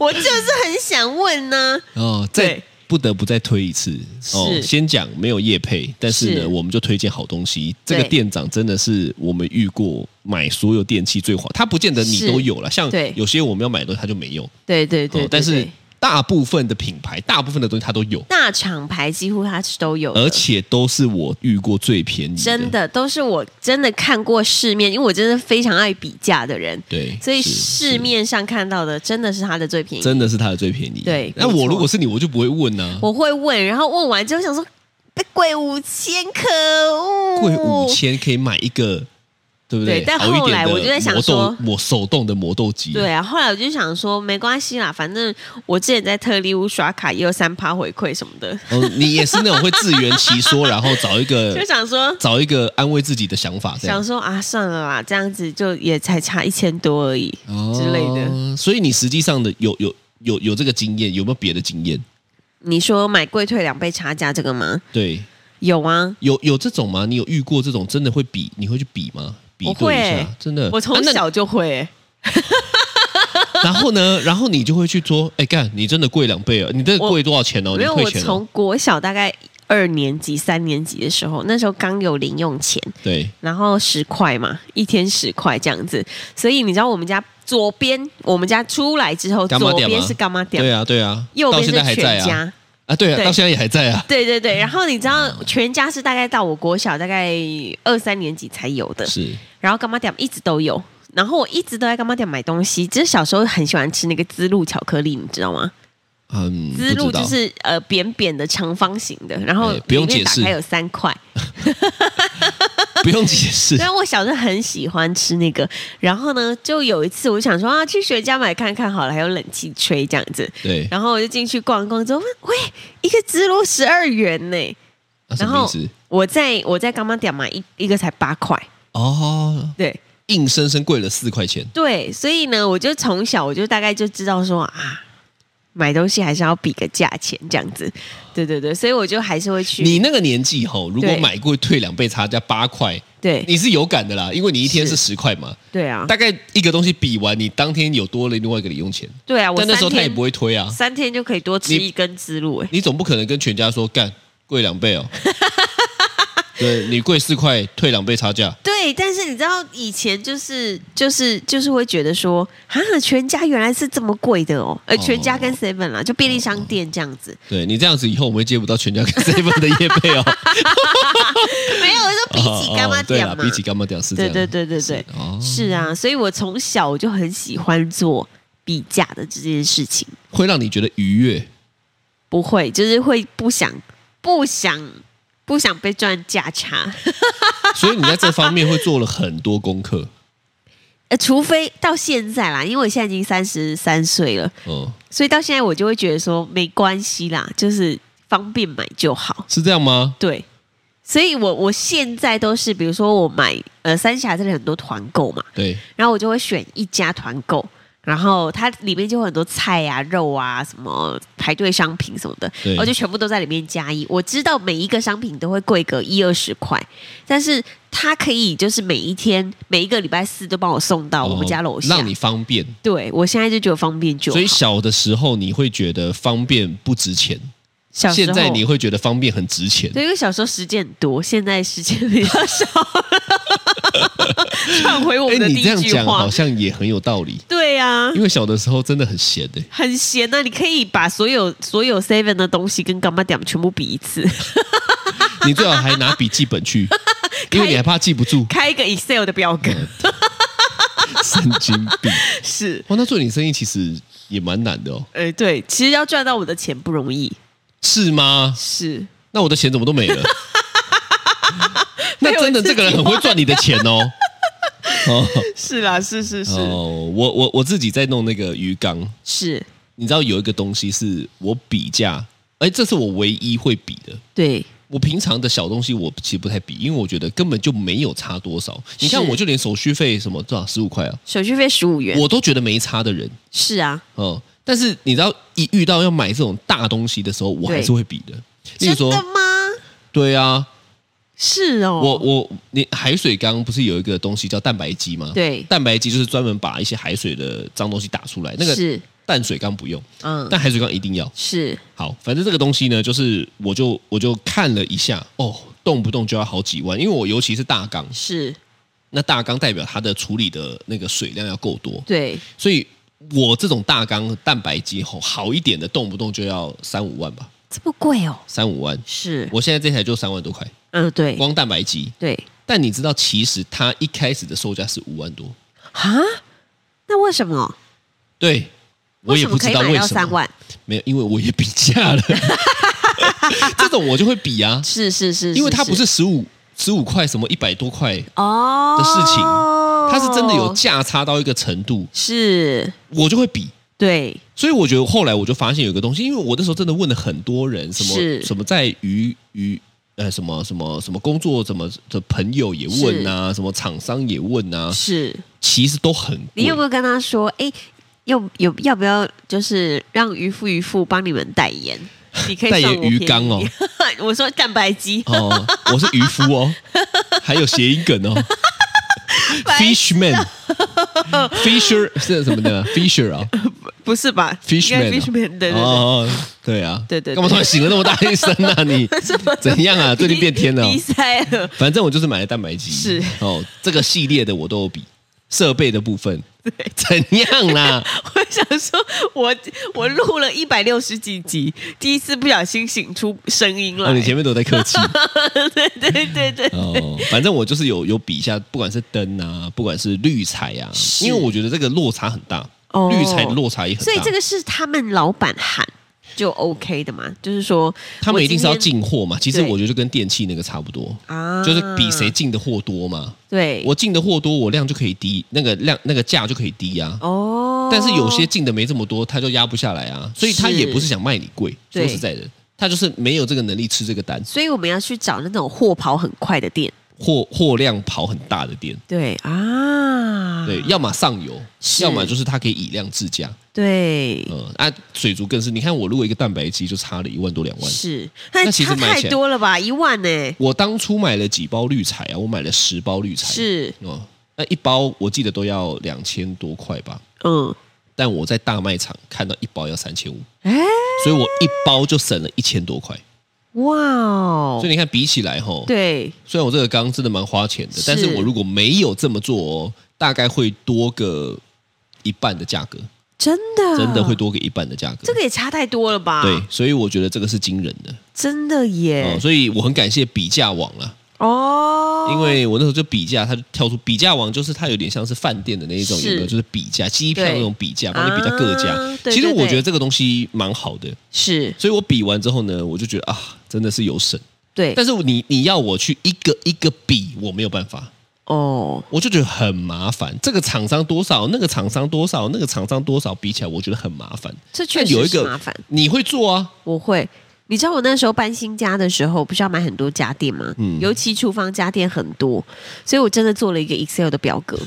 [SPEAKER 2] 我就是很想问呢、
[SPEAKER 3] 哦，再
[SPEAKER 2] 对
[SPEAKER 3] 不得不再推一次哦。
[SPEAKER 2] 是
[SPEAKER 3] 先讲没有业配，但是呢，
[SPEAKER 2] 是
[SPEAKER 3] 我们就推荐好东西。这个
[SPEAKER 2] 对
[SPEAKER 3] 店长真的是我们遇过买所有电器最划，他不见得你
[SPEAKER 2] 是
[SPEAKER 3] 都有了，像
[SPEAKER 2] 对
[SPEAKER 3] 有些我们要买的东西他就没有，
[SPEAKER 2] 对对对
[SPEAKER 3] 哦
[SPEAKER 2] 对
[SPEAKER 3] 但是
[SPEAKER 2] 对
[SPEAKER 3] 大部分的品牌、大部分的东西他都有，
[SPEAKER 2] 大厂牌几乎它是都有的，
[SPEAKER 3] 而且都是我遇过最便宜的。
[SPEAKER 2] 呃真，的都是我真的看过世面，因为我真的非常爱比价的人。
[SPEAKER 3] 对，
[SPEAKER 2] 所以
[SPEAKER 3] 是
[SPEAKER 2] 市面上看到的真的是它的最便宜。
[SPEAKER 3] 真的是他的最便宜。
[SPEAKER 2] 对
[SPEAKER 3] 那
[SPEAKER 2] 没错哦
[SPEAKER 3] 我如果是你，我就不会问啊呢、
[SPEAKER 2] 我会问，然后问完之后想说，被贵五千，可恶！
[SPEAKER 3] 贵五，千可以买一个。对不
[SPEAKER 2] 对但
[SPEAKER 3] 好一
[SPEAKER 2] 后来
[SPEAKER 3] 点的
[SPEAKER 2] 我就在想
[SPEAKER 3] 磨豆
[SPEAKER 2] 说
[SPEAKER 3] 磨手动的磨豆机，
[SPEAKER 2] 对啊。后来我就想说，没关系啦，反正我之前在特利屋刷卡也有三趴回馈什么的，
[SPEAKER 3] 哦，你也是那种会自圆其说，然后找一
[SPEAKER 2] 就
[SPEAKER 3] 个
[SPEAKER 2] 想说。
[SPEAKER 3] 找一个安慰自己的想法，这
[SPEAKER 2] 想
[SPEAKER 3] 样
[SPEAKER 2] 说啊，算了啦，这样子就也才差一千多而已。之类的
[SPEAKER 3] 哦所以你实际上的有有有有这个经验，有没有别的经验？
[SPEAKER 2] 你说买贵退两倍差价这个吗？
[SPEAKER 3] 对，
[SPEAKER 2] 有啊，
[SPEAKER 3] 有有这种吗？你有遇过这种真的会比？你会去比吗？比
[SPEAKER 2] 我
[SPEAKER 3] 对一
[SPEAKER 2] 会
[SPEAKER 3] 下，真的。
[SPEAKER 2] 我从
[SPEAKER 3] 啊那
[SPEAKER 2] 小就会、欸
[SPEAKER 3] 然 后呢，然后你就会去说，哎，干，你真的贵两倍哦，你这个
[SPEAKER 2] 我
[SPEAKER 3] 贵多少钱哦？
[SPEAKER 2] 没
[SPEAKER 3] 你
[SPEAKER 2] 有，
[SPEAKER 3] 退
[SPEAKER 2] 我
[SPEAKER 3] 钱哦。
[SPEAKER 2] 从国小大概二年级、三年级的时候，那时候刚有零用钱，
[SPEAKER 3] 对，
[SPEAKER 2] 然后十块嘛，一天十块这样子。所以你知道我们家左边，我们家出来之后，
[SPEAKER 3] 干妈
[SPEAKER 2] 左
[SPEAKER 3] 店吗
[SPEAKER 2] 边是干妈店，
[SPEAKER 3] 对啊，对啊，
[SPEAKER 2] 右
[SPEAKER 3] 到
[SPEAKER 2] 边
[SPEAKER 3] 现在还
[SPEAKER 2] 是
[SPEAKER 3] 在
[SPEAKER 2] 全
[SPEAKER 3] 啊，
[SPEAKER 2] 家。
[SPEAKER 3] 啊，对啊，
[SPEAKER 2] 对
[SPEAKER 3] 到现在也还 在啊，
[SPEAKER 2] 对对对，然后你知道全家是大概到我国小大概二三年级才有的，
[SPEAKER 3] 是
[SPEAKER 2] 然后干妈店一直都有，然后我一直都在干妈店买东西，就是小时候很喜欢吃那个滋露巧克力，你知道吗？
[SPEAKER 3] 嗯，
[SPEAKER 2] 滋
[SPEAKER 3] 不
[SPEAKER 2] 露
[SPEAKER 3] 知道
[SPEAKER 2] 就是呃扁扁的长方形的，然后
[SPEAKER 3] 哎不用
[SPEAKER 2] 里面
[SPEAKER 3] 解释
[SPEAKER 2] 打开有三块，
[SPEAKER 3] 不不用解释
[SPEAKER 2] 对。啊，我小时候很喜欢吃那个，然后呢，就有一次我想说啊，去学家买看看好了，还有冷气吹这样子，
[SPEAKER 3] 对，
[SPEAKER 2] 然后我就进去逛一逛，之后喂，一个只落十二元呢，
[SPEAKER 3] 啊什
[SPEAKER 2] 然
[SPEAKER 3] 么
[SPEAKER 2] 后
[SPEAKER 3] 意思？
[SPEAKER 2] 我在我在刚刚点买一一个才八块，
[SPEAKER 3] 哦，
[SPEAKER 2] 对
[SPEAKER 3] 硬生生贵了四块钱。
[SPEAKER 2] 对，所以呢，我就从小我就大概就知道说啊。买东西还是要比个价钱这样子，对对对，所以我就还是会去。
[SPEAKER 3] 你那个年纪吼，如果
[SPEAKER 2] 对
[SPEAKER 3] 买过退两倍差价八块，
[SPEAKER 2] 对
[SPEAKER 3] 你是有感的啦，因为你一天是
[SPEAKER 2] 是
[SPEAKER 3] 十块嘛，
[SPEAKER 2] 对啊，
[SPEAKER 3] 大概一个东西比完，你当天有多了另外一个零用钱，
[SPEAKER 2] 对啊，我
[SPEAKER 3] 但那时
[SPEAKER 2] 三
[SPEAKER 3] 候他
[SPEAKER 2] 天
[SPEAKER 3] 也不会推啊，
[SPEAKER 2] 三天就可以多吃
[SPEAKER 3] 你
[SPEAKER 2] 一根之路哎、
[SPEAKER 3] 你总不可能跟全家说干贵两 倍哦，对你贵四块退两倍差价，
[SPEAKER 2] 对，但是你知道以前就是就是就是会觉得说，啊，全家原来是这么贵的哦，呃，全家跟 seven 啦，就便利商店这样子。
[SPEAKER 3] 对你这样子以后我们会接不到全家跟 seven 的业配哦，
[SPEAKER 2] 没有，我说 比起干妈
[SPEAKER 3] 哦对
[SPEAKER 2] 店
[SPEAKER 3] 啦
[SPEAKER 2] 嘛，
[SPEAKER 3] 比起干妈屌是这
[SPEAKER 2] 对
[SPEAKER 3] 样，
[SPEAKER 2] 对对对对，
[SPEAKER 3] 哦，
[SPEAKER 2] 是啊，所以我从小我就很喜欢做比价的这件事情，
[SPEAKER 3] 会让你觉得愉悦，
[SPEAKER 2] 不会就是会不想不想不想被赚价差，
[SPEAKER 3] 所以你在这方面会做了很多功课，
[SPEAKER 2] 呃，除非到现在啦，因为我现在已经三十三岁了，
[SPEAKER 3] 嗯，
[SPEAKER 2] 所以到现在我就会觉得说没关系啦，就是方便买就好。
[SPEAKER 3] 是这样吗？
[SPEAKER 2] 对，所以我我现在都是，比如说我买呃三峡这里很多团购嘛，
[SPEAKER 3] 对，
[SPEAKER 2] 然后我就会选一家团购，然后它里面就有很多菜啊、肉啊、什么排队商品什么的
[SPEAKER 3] 对，
[SPEAKER 2] 我就全部都在里面加一。我知道每一个商品都会贵个一二十块，但是它可以就是每一天每一个礼拜四都帮我送啊到我们家楼下，
[SPEAKER 3] 哦让你方便。
[SPEAKER 2] 对我现在就觉得方便就好。
[SPEAKER 3] 所以小的时候你会觉得方便不值钱，
[SPEAKER 2] 小时
[SPEAKER 3] 现
[SPEAKER 2] 候
[SPEAKER 3] 在你会觉得方便很值钱。
[SPEAKER 2] 对，因为小时候时间很多，现在时间比较 少。 串回我
[SPEAKER 3] 哎
[SPEAKER 2] 们，的第
[SPEAKER 3] 你
[SPEAKER 2] 一
[SPEAKER 3] 这样
[SPEAKER 2] 句
[SPEAKER 3] 讲
[SPEAKER 2] 话
[SPEAKER 3] 好，像也很有道 理，
[SPEAKER 2] 对啊呀、
[SPEAKER 3] 因为小的时候真的很闲哎、
[SPEAKER 2] 很闲啊呐、你可以把所有所有 seven 的东西跟 gamma 点全部比一次，
[SPEAKER 3] 你最好还拿笔记本去，因为你还怕记不住，
[SPEAKER 2] 开一个 Excel 的表格。
[SPEAKER 3] 神经 病。哦
[SPEAKER 2] 是，
[SPEAKER 3] 哇，那做你生意其实也蛮难的哦，
[SPEAKER 2] 呃，对，其实要赚到我的钱不容易。
[SPEAKER 3] 是吗？
[SPEAKER 2] 是，
[SPEAKER 3] 那我的钱怎么都没 了？那真的这个人很会赚你的钱 哦。哦
[SPEAKER 2] 是啦，是是是、
[SPEAKER 3] 哦，我我我自己在弄那个鱼缸，
[SPEAKER 2] 是，
[SPEAKER 3] 你知道有一个东西是我比价，哎，这是我唯一会比的。
[SPEAKER 2] 对，
[SPEAKER 3] 我平常的小东西我其实不太比，因为我觉得根本就没有差多少。你看，
[SPEAKER 2] 是
[SPEAKER 3] 我就连手续费什么多少十五块啊，
[SPEAKER 2] 手续费十五元。
[SPEAKER 3] 我都觉得没差的人，
[SPEAKER 2] 是啊，
[SPEAKER 3] 哦。但是你知道，一遇到要买这种大东西的时候，我还是会比的。例如
[SPEAKER 2] 真
[SPEAKER 3] 说
[SPEAKER 2] 的，吗？
[SPEAKER 3] 对啊，
[SPEAKER 2] 是哦，
[SPEAKER 3] 我我你海水缸不是有一个东西叫蛋白机吗？，
[SPEAKER 2] 对
[SPEAKER 3] 蛋白机就是专门把一些海水的脏东西打出来，那个
[SPEAKER 2] 是，
[SPEAKER 3] 淡水缸不用，
[SPEAKER 2] 嗯，
[SPEAKER 3] 但海水缸一定要。
[SPEAKER 2] 是
[SPEAKER 3] 好，反正这个东西呢，就是我就我就看了一下，哦，动不动就要好几万，因为我尤其是大缸，
[SPEAKER 2] 是，
[SPEAKER 3] 那大缸代表它的处理的那个水量要够多，
[SPEAKER 2] 对，
[SPEAKER 3] 所以我这种大缸蛋白机吼好一点的，动不动就要三五万吧，
[SPEAKER 2] 这么贵哦。
[SPEAKER 3] 三五万。
[SPEAKER 2] 是，
[SPEAKER 3] 我现在这台就三万多块，
[SPEAKER 2] 嗯，对，
[SPEAKER 3] 光蛋白机。
[SPEAKER 2] 对
[SPEAKER 3] 但你知道，其实它一开始的售价是五万多，
[SPEAKER 2] 啊，那为什么？
[SPEAKER 3] 对我也不知道
[SPEAKER 2] 为什么可以
[SPEAKER 3] 为
[SPEAKER 2] 买到
[SPEAKER 3] 什
[SPEAKER 2] 三
[SPEAKER 3] 么，
[SPEAKER 2] 万？
[SPEAKER 3] 没有，因为我也比价了。 这种我就会比啊，
[SPEAKER 2] 是是是，
[SPEAKER 3] 因为它不是十五十五块什么一百多块，
[SPEAKER 2] 哦
[SPEAKER 3] 的事情它是真的有价差到一个程度，
[SPEAKER 2] 是，
[SPEAKER 3] 我就会比。
[SPEAKER 2] 对
[SPEAKER 3] 所以我觉得后来我就发现有个东西，因为我那时候真的问了很多人，什么
[SPEAKER 2] 是
[SPEAKER 3] 什么在鱼鱼呃什么什么什么工作怎么的朋友也问啊，什么厂商也问啊，
[SPEAKER 2] 是。
[SPEAKER 3] 其实都很贵。
[SPEAKER 2] 你有没有跟他说，哎，有有哎要不要就是让渔夫渔妇帮你们代言？你可以
[SPEAKER 3] 代言
[SPEAKER 2] 算我
[SPEAKER 3] 鱼
[SPEAKER 2] 便宜
[SPEAKER 3] 缸哦，
[SPEAKER 2] 我说蛋白机，
[SPEAKER 3] 哦，我是渔夫 哦，还有谐音梗哦
[SPEAKER 2] 白哦
[SPEAKER 3] ，Fishman，Fisher 是什么的 Fisher 啊
[SPEAKER 2] 不是吧应该
[SPEAKER 3] ，Fishman，
[SPEAKER 2] Fishman 对对 对，
[SPEAKER 3] 哦，哦对啊，
[SPEAKER 2] 对对对
[SPEAKER 3] 干嘛突然醒了那么大一声 啊？你怎样啊？最近变天了哦
[SPEAKER 2] 鼻，塞了，
[SPEAKER 3] 反正我就是买了蛋白机，
[SPEAKER 2] 是
[SPEAKER 3] 哦，这个系列的我都有比设备的部分，
[SPEAKER 2] 对。
[SPEAKER 3] 怎样啊 啦？
[SPEAKER 2] 我想说我，我录了一百六十几集，第一次不小心醒出声音来。
[SPEAKER 3] 哦，你前面都在客气
[SPEAKER 2] 对对对对，
[SPEAKER 3] 哦，反正我就是有有比一下，不管是灯啊，不管是滤材啊，
[SPEAKER 2] 是
[SPEAKER 3] 因为我觉得这个落差很大，
[SPEAKER 2] 哦
[SPEAKER 3] 滤材的落差也很
[SPEAKER 2] 所
[SPEAKER 3] 大，
[SPEAKER 2] 以这个是他们老板喊就 OK 的嘛？就是说，
[SPEAKER 3] 他们一定是要
[SPEAKER 2] 我今
[SPEAKER 3] 进货嘛。其实
[SPEAKER 2] 对
[SPEAKER 3] 我觉得就跟电器那个差不多，
[SPEAKER 2] 天啊，
[SPEAKER 3] 就是比谁进的货多嘛。
[SPEAKER 2] 对
[SPEAKER 3] 我进的货多，我量就可以低，那个量那个价就可以低啊。
[SPEAKER 2] 哦，
[SPEAKER 3] 但是有些进的没这么多，他就压不下来啊，所以他
[SPEAKER 2] 是
[SPEAKER 3] 也不是想卖你贵。说
[SPEAKER 2] 对
[SPEAKER 3] 实在的，他就是没有这个能力吃这个单，
[SPEAKER 2] 所以我们要去找那种货跑很快的店。
[SPEAKER 3] 货货量跑很大的店，
[SPEAKER 2] 对啊，
[SPEAKER 3] 对，要么上游，
[SPEAKER 2] 是
[SPEAKER 3] 要么就是它可以以量制价。
[SPEAKER 2] 对
[SPEAKER 3] 嗯啊，水族更是，你看我如果一个蛋白机就差了一万多两万，
[SPEAKER 2] 是，但
[SPEAKER 3] 嗯其实
[SPEAKER 2] 差
[SPEAKER 3] 买
[SPEAKER 2] 太
[SPEAKER 3] 起来
[SPEAKER 2] 多了吧？一万呢、
[SPEAKER 3] 我当初买了几包绿彩啊，我买了十包绿彩，
[SPEAKER 2] 是，
[SPEAKER 3] 哦，那一包我记得都要两千多块吧，
[SPEAKER 2] 嗯，
[SPEAKER 3] 但我在大卖场看到一包要三千五，
[SPEAKER 2] 哎，
[SPEAKER 3] 所以我一包就省了一千多块。
[SPEAKER 2] 哇哦
[SPEAKER 3] 所以，你看，比起来吼，
[SPEAKER 2] 对，
[SPEAKER 3] 虽然我这个缸真的蛮花钱的，
[SPEAKER 2] 是
[SPEAKER 3] 但是我如果没有这么做哦，大概会多个一半的价格，
[SPEAKER 2] 真的，
[SPEAKER 3] 真的会，多个一半的价格。
[SPEAKER 2] 啊这个也差太多了吧？
[SPEAKER 3] 对，，所以我觉得这个是惊人的。
[SPEAKER 2] 真的
[SPEAKER 3] 哦，
[SPEAKER 2] 耶，
[SPEAKER 3] 所以我很感谢比价网啦，
[SPEAKER 2] 哦，
[SPEAKER 3] 因为我那时候就比价，他就跳出比价网，就是它有点像是饭店的那一种，
[SPEAKER 2] 是
[SPEAKER 3] 有没有？就是比价机票
[SPEAKER 2] 对
[SPEAKER 3] 那种比价，帮你比价各家。
[SPEAKER 2] 啊对
[SPEAKER 3] 其实
[SPEAKER 2] 对
[SPEAKER 3] 我
[SPEAKER 2] 对
[SPEAKER 3] 觉得这个东西蛮好的，
[SPEAKER 2] 是
[SPEAKER 3] 所以我比完之后呢，我就觉得啊，真的是有省。
[SPEAKER 2] 对，
[SPEAKER 3] 但是你你要我去一个一个比，我没有办法，
[SPEAKER 2] 哦，
[SPEAKER 3] 我就觉得很麻烦。这个厂商多少，那个厂商多少，那个厂商多少，比起来我觉得很麻烦。
[SPEAKER 2] 这确
[SPEAKER 3] 但有
[SPEAKER 2] 实
[SPEAKER 3] 一
[SPEAKER 2] 是
[SPEAKER 3] 个
[SPEAKER 2] 麻烦。
[SPEAKER 3] 你会做啊？
[SPEAKER 2] 我会。你知道我那时候搬新家的时候，不是要买很多家电吗？
[SPEAKER 3] 嗯
[SPEAKER 2] 尤其厨房家电很多，所以我真的做了一个 Excel 的表格，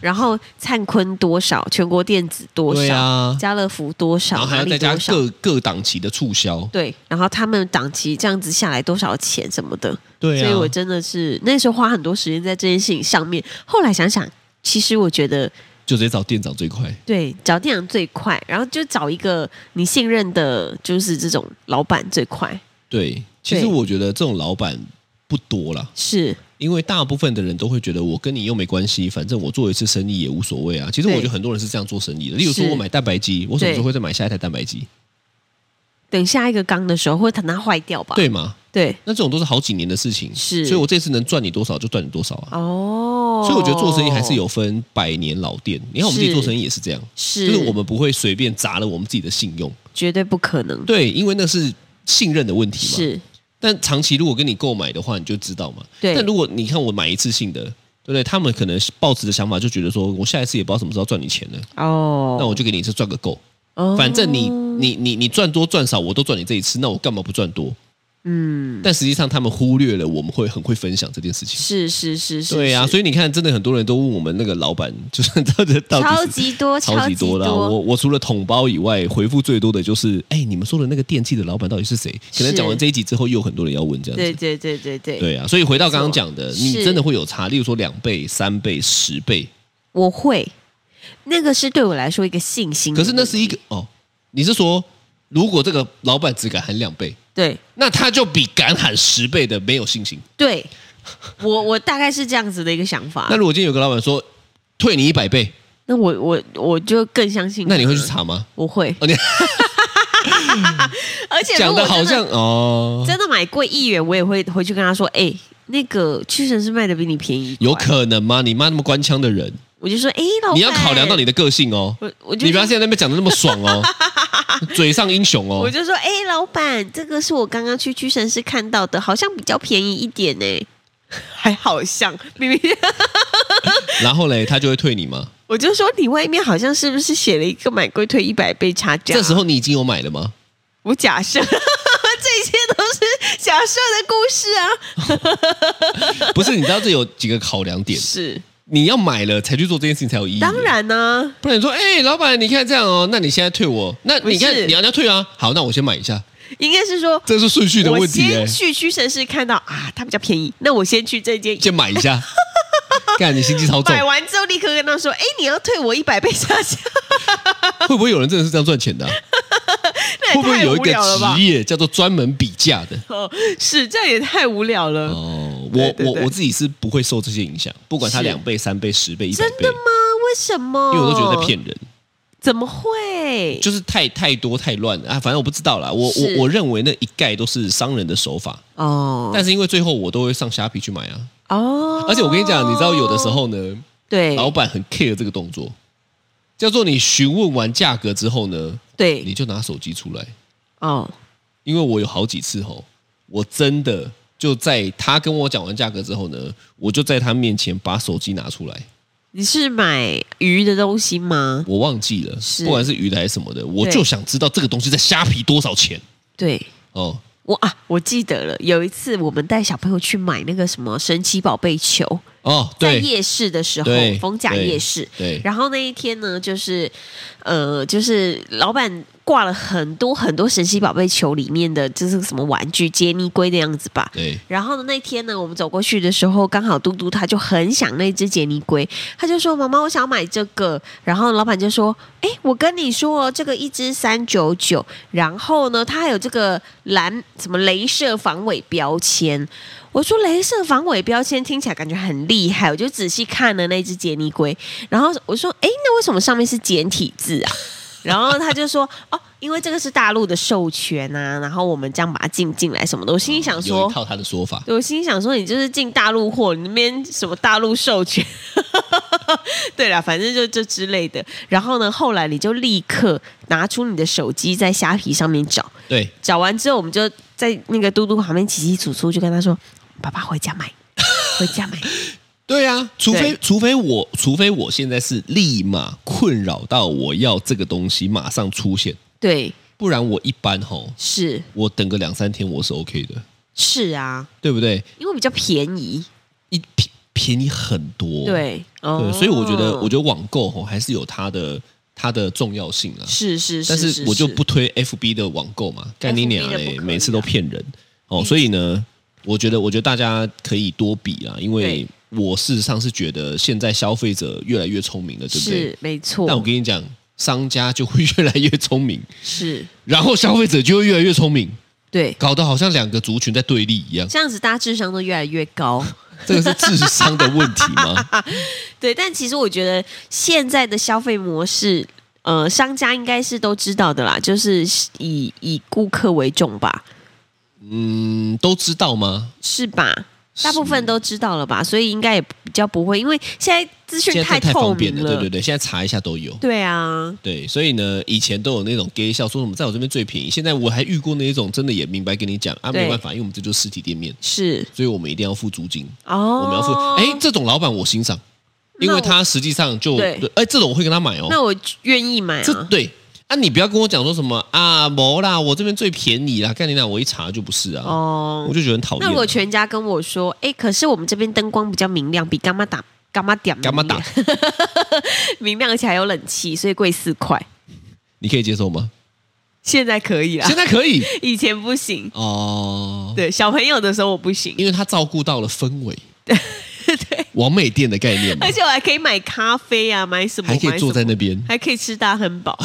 [SPEAKER 2] 然后灿坤多少，全国电子多
[SPEAKER 3] 对
[SPEAKER 2] 少，
[SPEAKER 3] 啊
[SPEAKER 2] 家乐福多
[SPEAKER 3] 然
[SPEAKER 2] 少，
[SPEAKER 3] 后还要
[SPEAKER 2] 哪
[SPEAKER 3] 再
[SPEAKER 2] 里
[SPEAKER 3] 加
[SPEAKER 2] 多少，
[SPEAKER 3] 各各档期的促销，
[SPEAKER 2] 对，然后他们档期这样子下来多少钱什么的，
[SPEAKER 3] 对
[SPEAKER 2] 所以我
[SPEAKER 3] 啊，
[SPEAKER 2] 真的是那时候花很多时间在这件事情上面。后来想想，其实我觉得
[SPEAKER 3] 就直接找店长最快。
[SPEAKER 2] 对，找店长最快，然后就找一个你信任的，就是这种老板最快，
[SPEAKER 3] 对，其实
[SPEAKER 2] 对
[SPEAKER 3] 我觉得这种老板不多啦，
[SPEAKER 2] 是
[SPEAKER 3] 因为大部分的人都会觉得我跟你又没关系，反正我做一次生意也无所谓啊。其实我
[SPEAKER 2] 对
[SPEAKER 3] 觉得很多人是这样做生意的，例如说
[SPEAKER 2] 是
[SPEAKER 3] 我买蛋白机，我什么时候
[SPEAKER 2] 对
[SPEAKER 3] 会再买下一台蛋白机？
[SPEAKER 2] 等下一个缸的时候，或者等它坏掉吧。
[SPEAKER 3] 对吗？
[SPEAKER 2] 对，
[SPEAKER 3] 那这种都是好几年的事情，
[SPEAKER 2] 是
[SPEAKER 3] 所以我这次能赚你多少就赚你多少啊。
[SPEAKER 2] 哦，
[SPEAKER 3] 所以我觉得做生意还是有分百年老店，你看我们自己
[SPEAKER 2] 是
[SPEAKER 3] 做生意也是这样，
[SPEAKER 2] 哦是，
[SPEAKER 3] 就是我们不会随便砸了我们自己的信用，
[SPEAKER 2] 绝对不可能，
[SPEAKER 3] 对，因为那是信任的问题嘛。
[SPEAKER 2] 是
[SPEAKER 3] 但长期如果跟你购买的话，你就知道嘛。
[SPEAKER 2] 对
[SPEAKER 3] 但如果你看我买一次性的，对不对？他们可能抱持的想法就觉得说，我下一次也不知道什么时候赚你钱了，
[SPEAKER 2] 哦。
[SPEAKER 3] 那我就给你一次赚个够。
[SPEAKER 2] 我
[SPEAKER 3] 反正你
[SPEAKER 2] 哦
[SPEAKER 3] 你你你赚多赚少我都赚你这一次，那我干嘛不赚多？
[SPEAKER 2] 嗯，
[SPEAKER 3] 但实际上他们忽略了我们会很会分享这件事情。
[SPEAKER 2] 是是是是，
[SPEAKER 3] 对啊，
[SPEAKER 2] 是
[SPEAKER 3] 所以你看，真的很多人都问我们那个老板，就是 到底到底
[SPEAKER 2] 超
[SPEAKER 3] 是
[SPEAKER 2] 级多，
[SPEAKER 3] 超级
[SPEAKER 2] 级
[SPEAKER 3] 多啦！我我除了桶包以外，回复最多的就是，哎，你们说的那个电器的老板到底是谁？可能
[SPEAKER 2] 是
[SPEAKER 3] 讲完这一集之后，又有很多人要问这样
[SPEAKER 2] 对
[SPEAKER 3] 子。
[SPEAKER 2] 对对对对，
[SPEAKER 3] 对啊，所以回到刚刚讲的，
[SPEAKER 2] 没错
[SPEAKER 3] 你
[SPEAKER 2] 是
[SPEAKER 3] 真的会有差，例如说两倍、三倍、十倍，
[SPEAKER 2] 我会，那个是对我来说一个信心的问
[SPEAKER 3] 可
[SPEAKER 2] 题。
[SPEAKER 3] 是那是一个哦，你是说如果这个老板只敢喊两倍，
[SPEAKER 2] 对
[SPEAKER 3] 那他就比敢喊十倍的没有信心。
[SPEAKER 2] 对，我我大概是这样子的一个想法
[SPEAKER 3] 那。如果今天有个老板说退你一百倍，
[SPEAKER 2] 那我我我就更相信。
[SPEAKER 3] 那你会去？查吗？
[SPEAKER 2] 我会，
[SPEAKER 3] 哦，你
[SPEAKER 2] 而且
[SPEAKER 3] 讲
[SPEAKER 2] 如果
[SPEAKER 3] 的好
[SPEAKER 2] 真
[SPEAKER 3] 像哦，
[SPEAKER 2] 真的买贵一元，我也会回去跟他说，哎、那个屈臣氏卖的比你便宜一块，
[SPEAKER 3] 有可能吗？你妈那么官腔的人，
[SPEAKER 2] 我就说，哎、老板，
[SPEAKER 3] 你要考量到你，的个性哦，
[SPEAKER 2] 我我就
[SPEAKER 3] 你不要现在那边讲的那么爽 哦，嘴上英雄
[SPEAKER 2] 我
[SPEAKER 3] 哦。
[SPEAKER 2] 就说，哎、老板，这个是我刚刚去屈臣氏看到的，好像比较便宜一点呢、 还好像明明，
[SPEAKER 3] 然后嘞，他就会退你吗？
[SPEAKER 2] 我就说你外面好像是不是写了一个买贵退一百倍差价？
[SPEAKER 3] 这时候你已经有买了吗？
[SPEAKER 2] 我假设 这些都是假设的故事啊，
[SPEAKER 3] 不是，你知道这有几个考量点，
[SPEAKER 2] 是
[SPEAKER 3] 你要买了才去做这件事情才有意义。
[SPEAKER 2] 当，然啊呢、
[SPEAKER 3] 不然你说，哎、老板，你看这样哦，那你现在退我，那你
[SPEAKER 2] 不是
[SPEAKER 3] 看你要你要退啊，好，那我先买一下，
[SPEAKER 2] 应该是说
[SPEAKER 3] 这是顺序的
[SPEAKER 2] 我
[SPEAKER 3] 问题、
[SPEAKER 2] 先
[SPEAKER 3] 哎，
[SPEAKER 2] 去屈臣氏看到啊，它比较便宜，那我先去这间。
[SPEAKER 3] 先买一 下。干，你心机超重
[SPEAKER 2] 买，完之后立刻跟他说：“哎，你要退我一百倍差价，
[SPEAKER 3] 会不会有人真的是这样赚钱的啊、
[SPEAKER 2] 那也
[SPEAKER 3] 会不会
[SPEAKER 2] 太
[SPEAKER 3] 有一
[SPEAKER 2] 无
[SPEAKER 3] 个
[SPEAKER 2] 聊了吧
[SPEAKER 3] 职业叫做专门比价的？”？
[SPEAKER 2] 哦， 是，这样也太无聊了。
[SPEAKER 3] 哦，
[SPEAKER 2] 对
[SPEAKER 3] 我
[SPEAKER 2] 对
[SPEAKER 3] 我
[SPEAKER 2] 对
[SPEAKER 3] 我自己是不会受这些影响，不管它
[SPEAKER 2] 是
[SPEAKER 3] 两倍、三倍、十倍、一百
[SPEAKER 2] 真
[SPEAKER 3] 倍
[SPEAKER 2] 的，吗？为什么？
[SPEAKER 3] 因为我都觉得在骗。人，
[SPEAKER 2] 怎么会？
[SPEAKER 3] 就是太太多太乱了啊！反正我不知道啦，我我
[SPEAKER 2] 是
[SPEAKER 3] 我认为那一概都是商人的手法，
[SPEAKER 2] 哦
[SPEAKER 3] 但是因为最后我都会上虾皮去买啊。
[SPEAKER 2] 哦，
[SPEAKER 3] 而且我跟你讲，你知道有的时候呢，
[SPEAKER 2] 对
[SPEAKER 3] 老板很 care 这个动作，叫做你询问完价格之后呢，
[SPEAKER 2] 对
[SPEAKER 3] 你就拿手机出来，
[SPEAKER 2] 哦，
[SPEAKER 3] 因为我有好几次吼，我真的就在他跟我讲完价格之后呢，我就在他面前把手机拿出来，
[SPEAKER 2] 你是买鱼的东西吗？
[SPEAKER 3] 我忘记了
[SPEAKER 2] 是，
[SPEAKER 3] 不管是鱼的还是什么的，我
[SPEAKER 2] 对
[SPEAKER 3] 就想知道这个东西在虾皮多少钱
[SPEAKER 2] 对，
[SPEAKER 3] 哦。
[SPEAKER 2] 我啊，我记得了，有一次我们带小朋友去买那个什么神奇宝贝球，
[SPEAKER 3] 哦，
[SPEAKER 2] 在
[SPEAKER 3] 对
[SPEAKER 2] 夜市的时候
[SPEAKER 3] 对，，
[SPEAKER 2] 逢甲
[SPEAKER 3] 对
[SPEAKER 2] 夜市。
[SPEAKER 3] 对，
[SPEAKER 2] 然后那一天呢，就是，呃，就是老板挂了很多很多神奇宝贝球里面的，就是什么玩具杰尼龟的样子吧。
[SPEAKER 3] 对，
[SPEAKER 2] 然后呢，那天呢，我们走过去的时候，刚好嘟嘟他就很想那只杰尼龟，他就说：“妈妈，我想买这个。”然后老板就说：“哎，我跟你说哦，这个一只三九九，然后呢，它还有这个蓝什么镭射防伪标签。”我说：“镭射防伪标签听起来感觉很厉害。”我就仔细看了那只杰尼龟，然后我说：“哎，那为什么上面是简体字啊？” 然后他就说：“哦，因为这个是大陆的授权啊，然后我们这样把它进进来什么的。”我心里想说，
[SPEAKER 3] 哦有一套他的说法，
[SPEAKER 2] 对我心里想说，你就是进大陆货，你那边什么大陆授权？ 对啦，反正就这之类的。然后呢，后来你就立刻拿出你的手机在虾皮上面找，
[SPEAKER 3] 对，
[SPEAKER 2] 找完之后，我们就在那个嘟嘟旁边起起楚楚，就跟他说：“爸爸回家买，回家买。
[SPEAKER 3] 对啊，除非
[SPEAKER 2] 对
[SPEAKER 3] 除非我除非我现在是立马困扰到我要这个东西马上出现，”
[SPEAKER 2] 对，
[SPEAKER 3] 不然我一般吼，
[SPEAKER 2] 是
[SPEAKER 3] 我等个两三天我是 OK 的，
[SPEAKER 2] 是啊，
[SPEAKER 3] 对不对？
[SPEAKER 2] 因为比较便宜。
[SPEAKER 3] 一便便宜很多，
[SPEAKER 2] 对，哦
[SPEAKER 3] 对，所以我觉得我觉得网购吼还是有它的它的重要性啊，
[SPEAKER 2] 是是是，
[SPEAKER 3] 但是我就不推 FB 的网购嘛，干你娘
[SPEAKER 2] FB 的不可以嗯
[SPEAKER 3] 嘞，
[SPEAKER 2] 啊
[SPEAKER 3] 每次都骗人哦，所以呢，我觉得我觉得大家可以多比啊，因为
[SPEAKER 2] 对
[SPEAKER 3] 我事实上是觉得现在消费者越来越聪明了，对不对？
[SPEAKER 2] 是没错
[SPEAKER 3] 但，我跟你讲，商家就会 越来越聪明，
[SPEAKER 2] 是
[SPEAKER 3] 然后消费者就会越来越聪明，
[SPEAKER 2] 对，
[SPEAKER 3] 搞得好像两个族群在对立 一样。
[SPEAKER 2] 这样子大家智商都越来越高。
[SPEAKER 3] 这个是智商的问题吗？
[SPEAKER 2] 对，但其实我觉得现在的消费模式，呃，商家应该是都知道的啦，就是以以顾客为重吧，
[SPEAKER 3] 嗯，都知道吗？
[SPEAKER 2] 是吧？大部分都知道了吧，所以应该也比较不会，因为现在资讯
[SPEAKER 3] 现在太
[SPEAKER 2] 透
[SPEAKER 3] 方便
[SPEAKER 2] 明
[SPEAKER 3] 了，
[SPEAKER 2] 了，
[SPEAKER 3] 对对对，现在查一下都有。
[SPEAKER 2] 对啊，
[SPEAKER 3] 对，所以呢，以前都有那种 gay 笑说什么在我这边最便宜，现在我还遇过那一种真的也明白跟你讲啊，
[SPEAKER 2] 对
[SPEAKER 3] 没办法，因为我们这就是实体店面，
[SPEAKER 2] 是
[SPEAKER 3] 所以我们一定要付租金，
[SPEAKER 2] 哦，
[SPEAKER 3] 我们要付。哎，这种老板我欣赏，因
[SPEAKER 2] 那
[SPEAKER 3] 为
[SPEAKER 2] 我
[SPEAKER 3] 他实际上就
[SPEAKER 2] 对
[SPEAKER 3] 哎，这种我会跟他买哦。
[SPEAKER 2] 那我愿意买
[SPEAKER 3] 这
[SPEAKER 2] 啊，
[SPEAKER 3] 对啊，你不要跟我讲说什么啊，没啦，我这边最便宜啦，干你俩，我一查就不是啊，
[SPEAKER 2] 哦
[SPEAKER 3] 我。就觉得很讨厌啊。
[SPEAKER 2] 那如果全家跟我说，哎，可是我们这边灯光比较明亮，比干妈打干妈点
[SPEAKER 3] 干嘛打，
[SPEAKER 2] 明亮，而且还有冷气，所以贵四块。
[SPEAKER 3] 你可以接受 吗？
[SPEAKER 2] 现在可以啦
[SPEAKER 3] 现，在 可以
[SPEAKER 2] 以前不行。
[SPEAKER 3] 哦，
[SPEAKER 2] 对，小朋友的时候我不行，
[SPEAKER 3] 因为他照顾到了氛围，对，完美店的概念嘛
[SPEAKER 2] 而，且我还可以买咖啡啊，买什么，
[SPEAKER 3] 还可以坐在那
[SPEAKER 2] 买
[SPEAKER 3] 边
[SPEAKER 2] 什么，，还可以吃大汉 堡。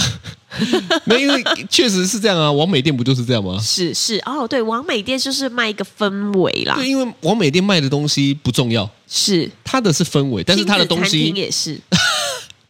[SPEAKER 3] 没有，因为确实是这样啊，完美店不就是这样吗？
[SPEAKER 2] 是是哦，对，王美店就是卖一个氛围啦，
[SPEAKER 3] 对，因为完美店卖的东西不重要，
[SPEAKER 2] 是，
[SPEAKER 3] 它的是氛围，但是它的东
[SPEAKER 2] 亲子餐厅
[SPEAKER 3] 西
[SPEAKER 2] 也 是，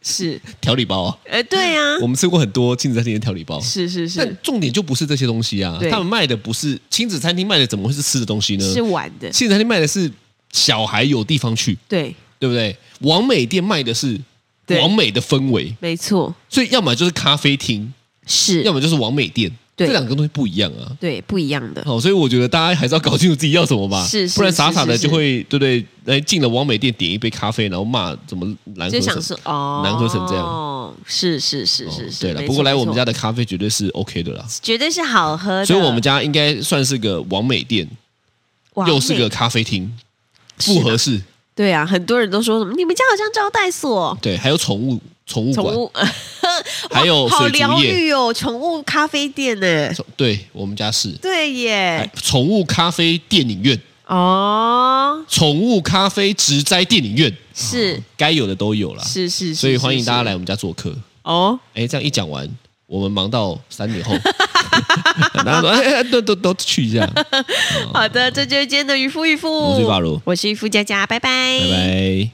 [SPEAKER 2] 是，
[SPEAKER 3] 调理包啊，
[SPEAKER 2] 呃，对啊，
[SPEAKER 3] 我们吃过很多亲子餐厅的调理包，啊
[SPEAKER 2] 是是
[SPEAKER 3] 但
[SPEAKER 2] 是
[SPEAKER 3] 重点就不是这些东西啊
[SPEAKER 2] 对，
[SPEAKER 3] 他们卖的不是亲子餐厅卖的，怎么会是吃的东西呢？
[SPEAKER 2] 是玩的，
[SPEAKER 3] 亲子餐厅卖的是小孩有地方去，
[SPEAKER 2] 对，
[SPEAKER 3] 对不对？完美店卖的是
[SPEAKER 2] 对
[SPEAKER 3] 完美的氛围，
[SPEAKER 2] 没错，
[SPEAKER 3] 所以要么就是咖啡厅，
[SPEAKER 2] 是
[SPEAKER 3] 要，么就是完美店，
[SPEAKER 2] 对
[SPEAKER 3] 这两个东西不一样啊。
[SPEAKER 2] 对，不一样的，
[SPEAKER 3] 好，所以我觉得大家还是要搞清楚自己要什么吧，
[SPEAKER 2] 是是
[SPEAKER 3] 不然傻傻的
[SPEAKER 2] 是是
[SPEAKER 3] 就会对不对？哎，进了完美店点一杯咖啡，然后骂怎么蓝河
[SPEAKER 2] 就想
[SPEAKER 3] 神
[SPEAKER 2] 说哦，
[SPEAKER 3] 南河省这样
[SPEAKER 2] 哦，是是是
[SPEAKER 3] 哦
[SPEAKER 2] 是是，
[SPEAKER 3] 对了，
[SPEAKER 2] 没
[SPEAKER 3] 不过
[SPEAKER 2] 错
[SPEAKER 3] 来
[SPEAKER 2] 没
[SPEAKER 3] 我们
[SPEAKER 2] 错
[SPEAKER 3] 家的咖啡绝对是 OK 的啦，
[SPEAKER 2] 绝对是好喝的，
[SPEAKER 3] 所以我们家应该算是个完美店，
[SPEAKER 2] 王
[SPEAKER 3] 又是
[SPEAKER 2] 美
[SPEAKER 3] 个咖啡厅，
[SPEAKER 2] 是
[SPEAKER 3] 复合
[SPEAKER 2] 啦
[SPEAKER 3] 式，
[SPEAKER 2] 对啊，很多人都说什么你们家好像招待所，
[SPEAKER 3] 对，还有宠物宠物
[SPEAKER 2] 宠
[SPEAKER 3] 馆，
[SPEAKER 2] 物，
[SPEAKER 3] 还有
[SPEAKER 2] 好
[SPEAKER 3] 水族
[SPEAKER 2] 疗
[SPEAKER 3] 业，
[SPEAKER 2] 愈哦，宠物咖啡店呢？
[SPEAKER 3] 宠对我们家是，
[SPEAKER 2] 对
[SPEAKER 3] 哎
[SPEAKER 2] 耶，
[SPEAKER 3] 宠物咖啡电影院，
[SPEAKER 2] 哦，
[SPEAKER 3] 宠物咖啡植栽电影院，
[SPEAKER 2] 是
[SPEAKER 3] 该有的都有啦，
[SPEAKER 2] 是是，是
[SPEAKER 3] 哦所以欢迎大家
[SPEAKER 2] 是
[SPEAKER 3] 来我们家做客。
[SPEAKER 2] 哦，
[SPEAKER 3] 哎，这样一讲完，我们忙到三年后， 大家说哎哎，都都都去一下，
[SPEAKER 2] 好的，这就是今天的渔夫渔夫，
[SPEAKER 3] 我是渔爸如
[SPEAKER 2] 我是渔夫佳佳，拜拜，
[SPEAKER 3] 拜拜。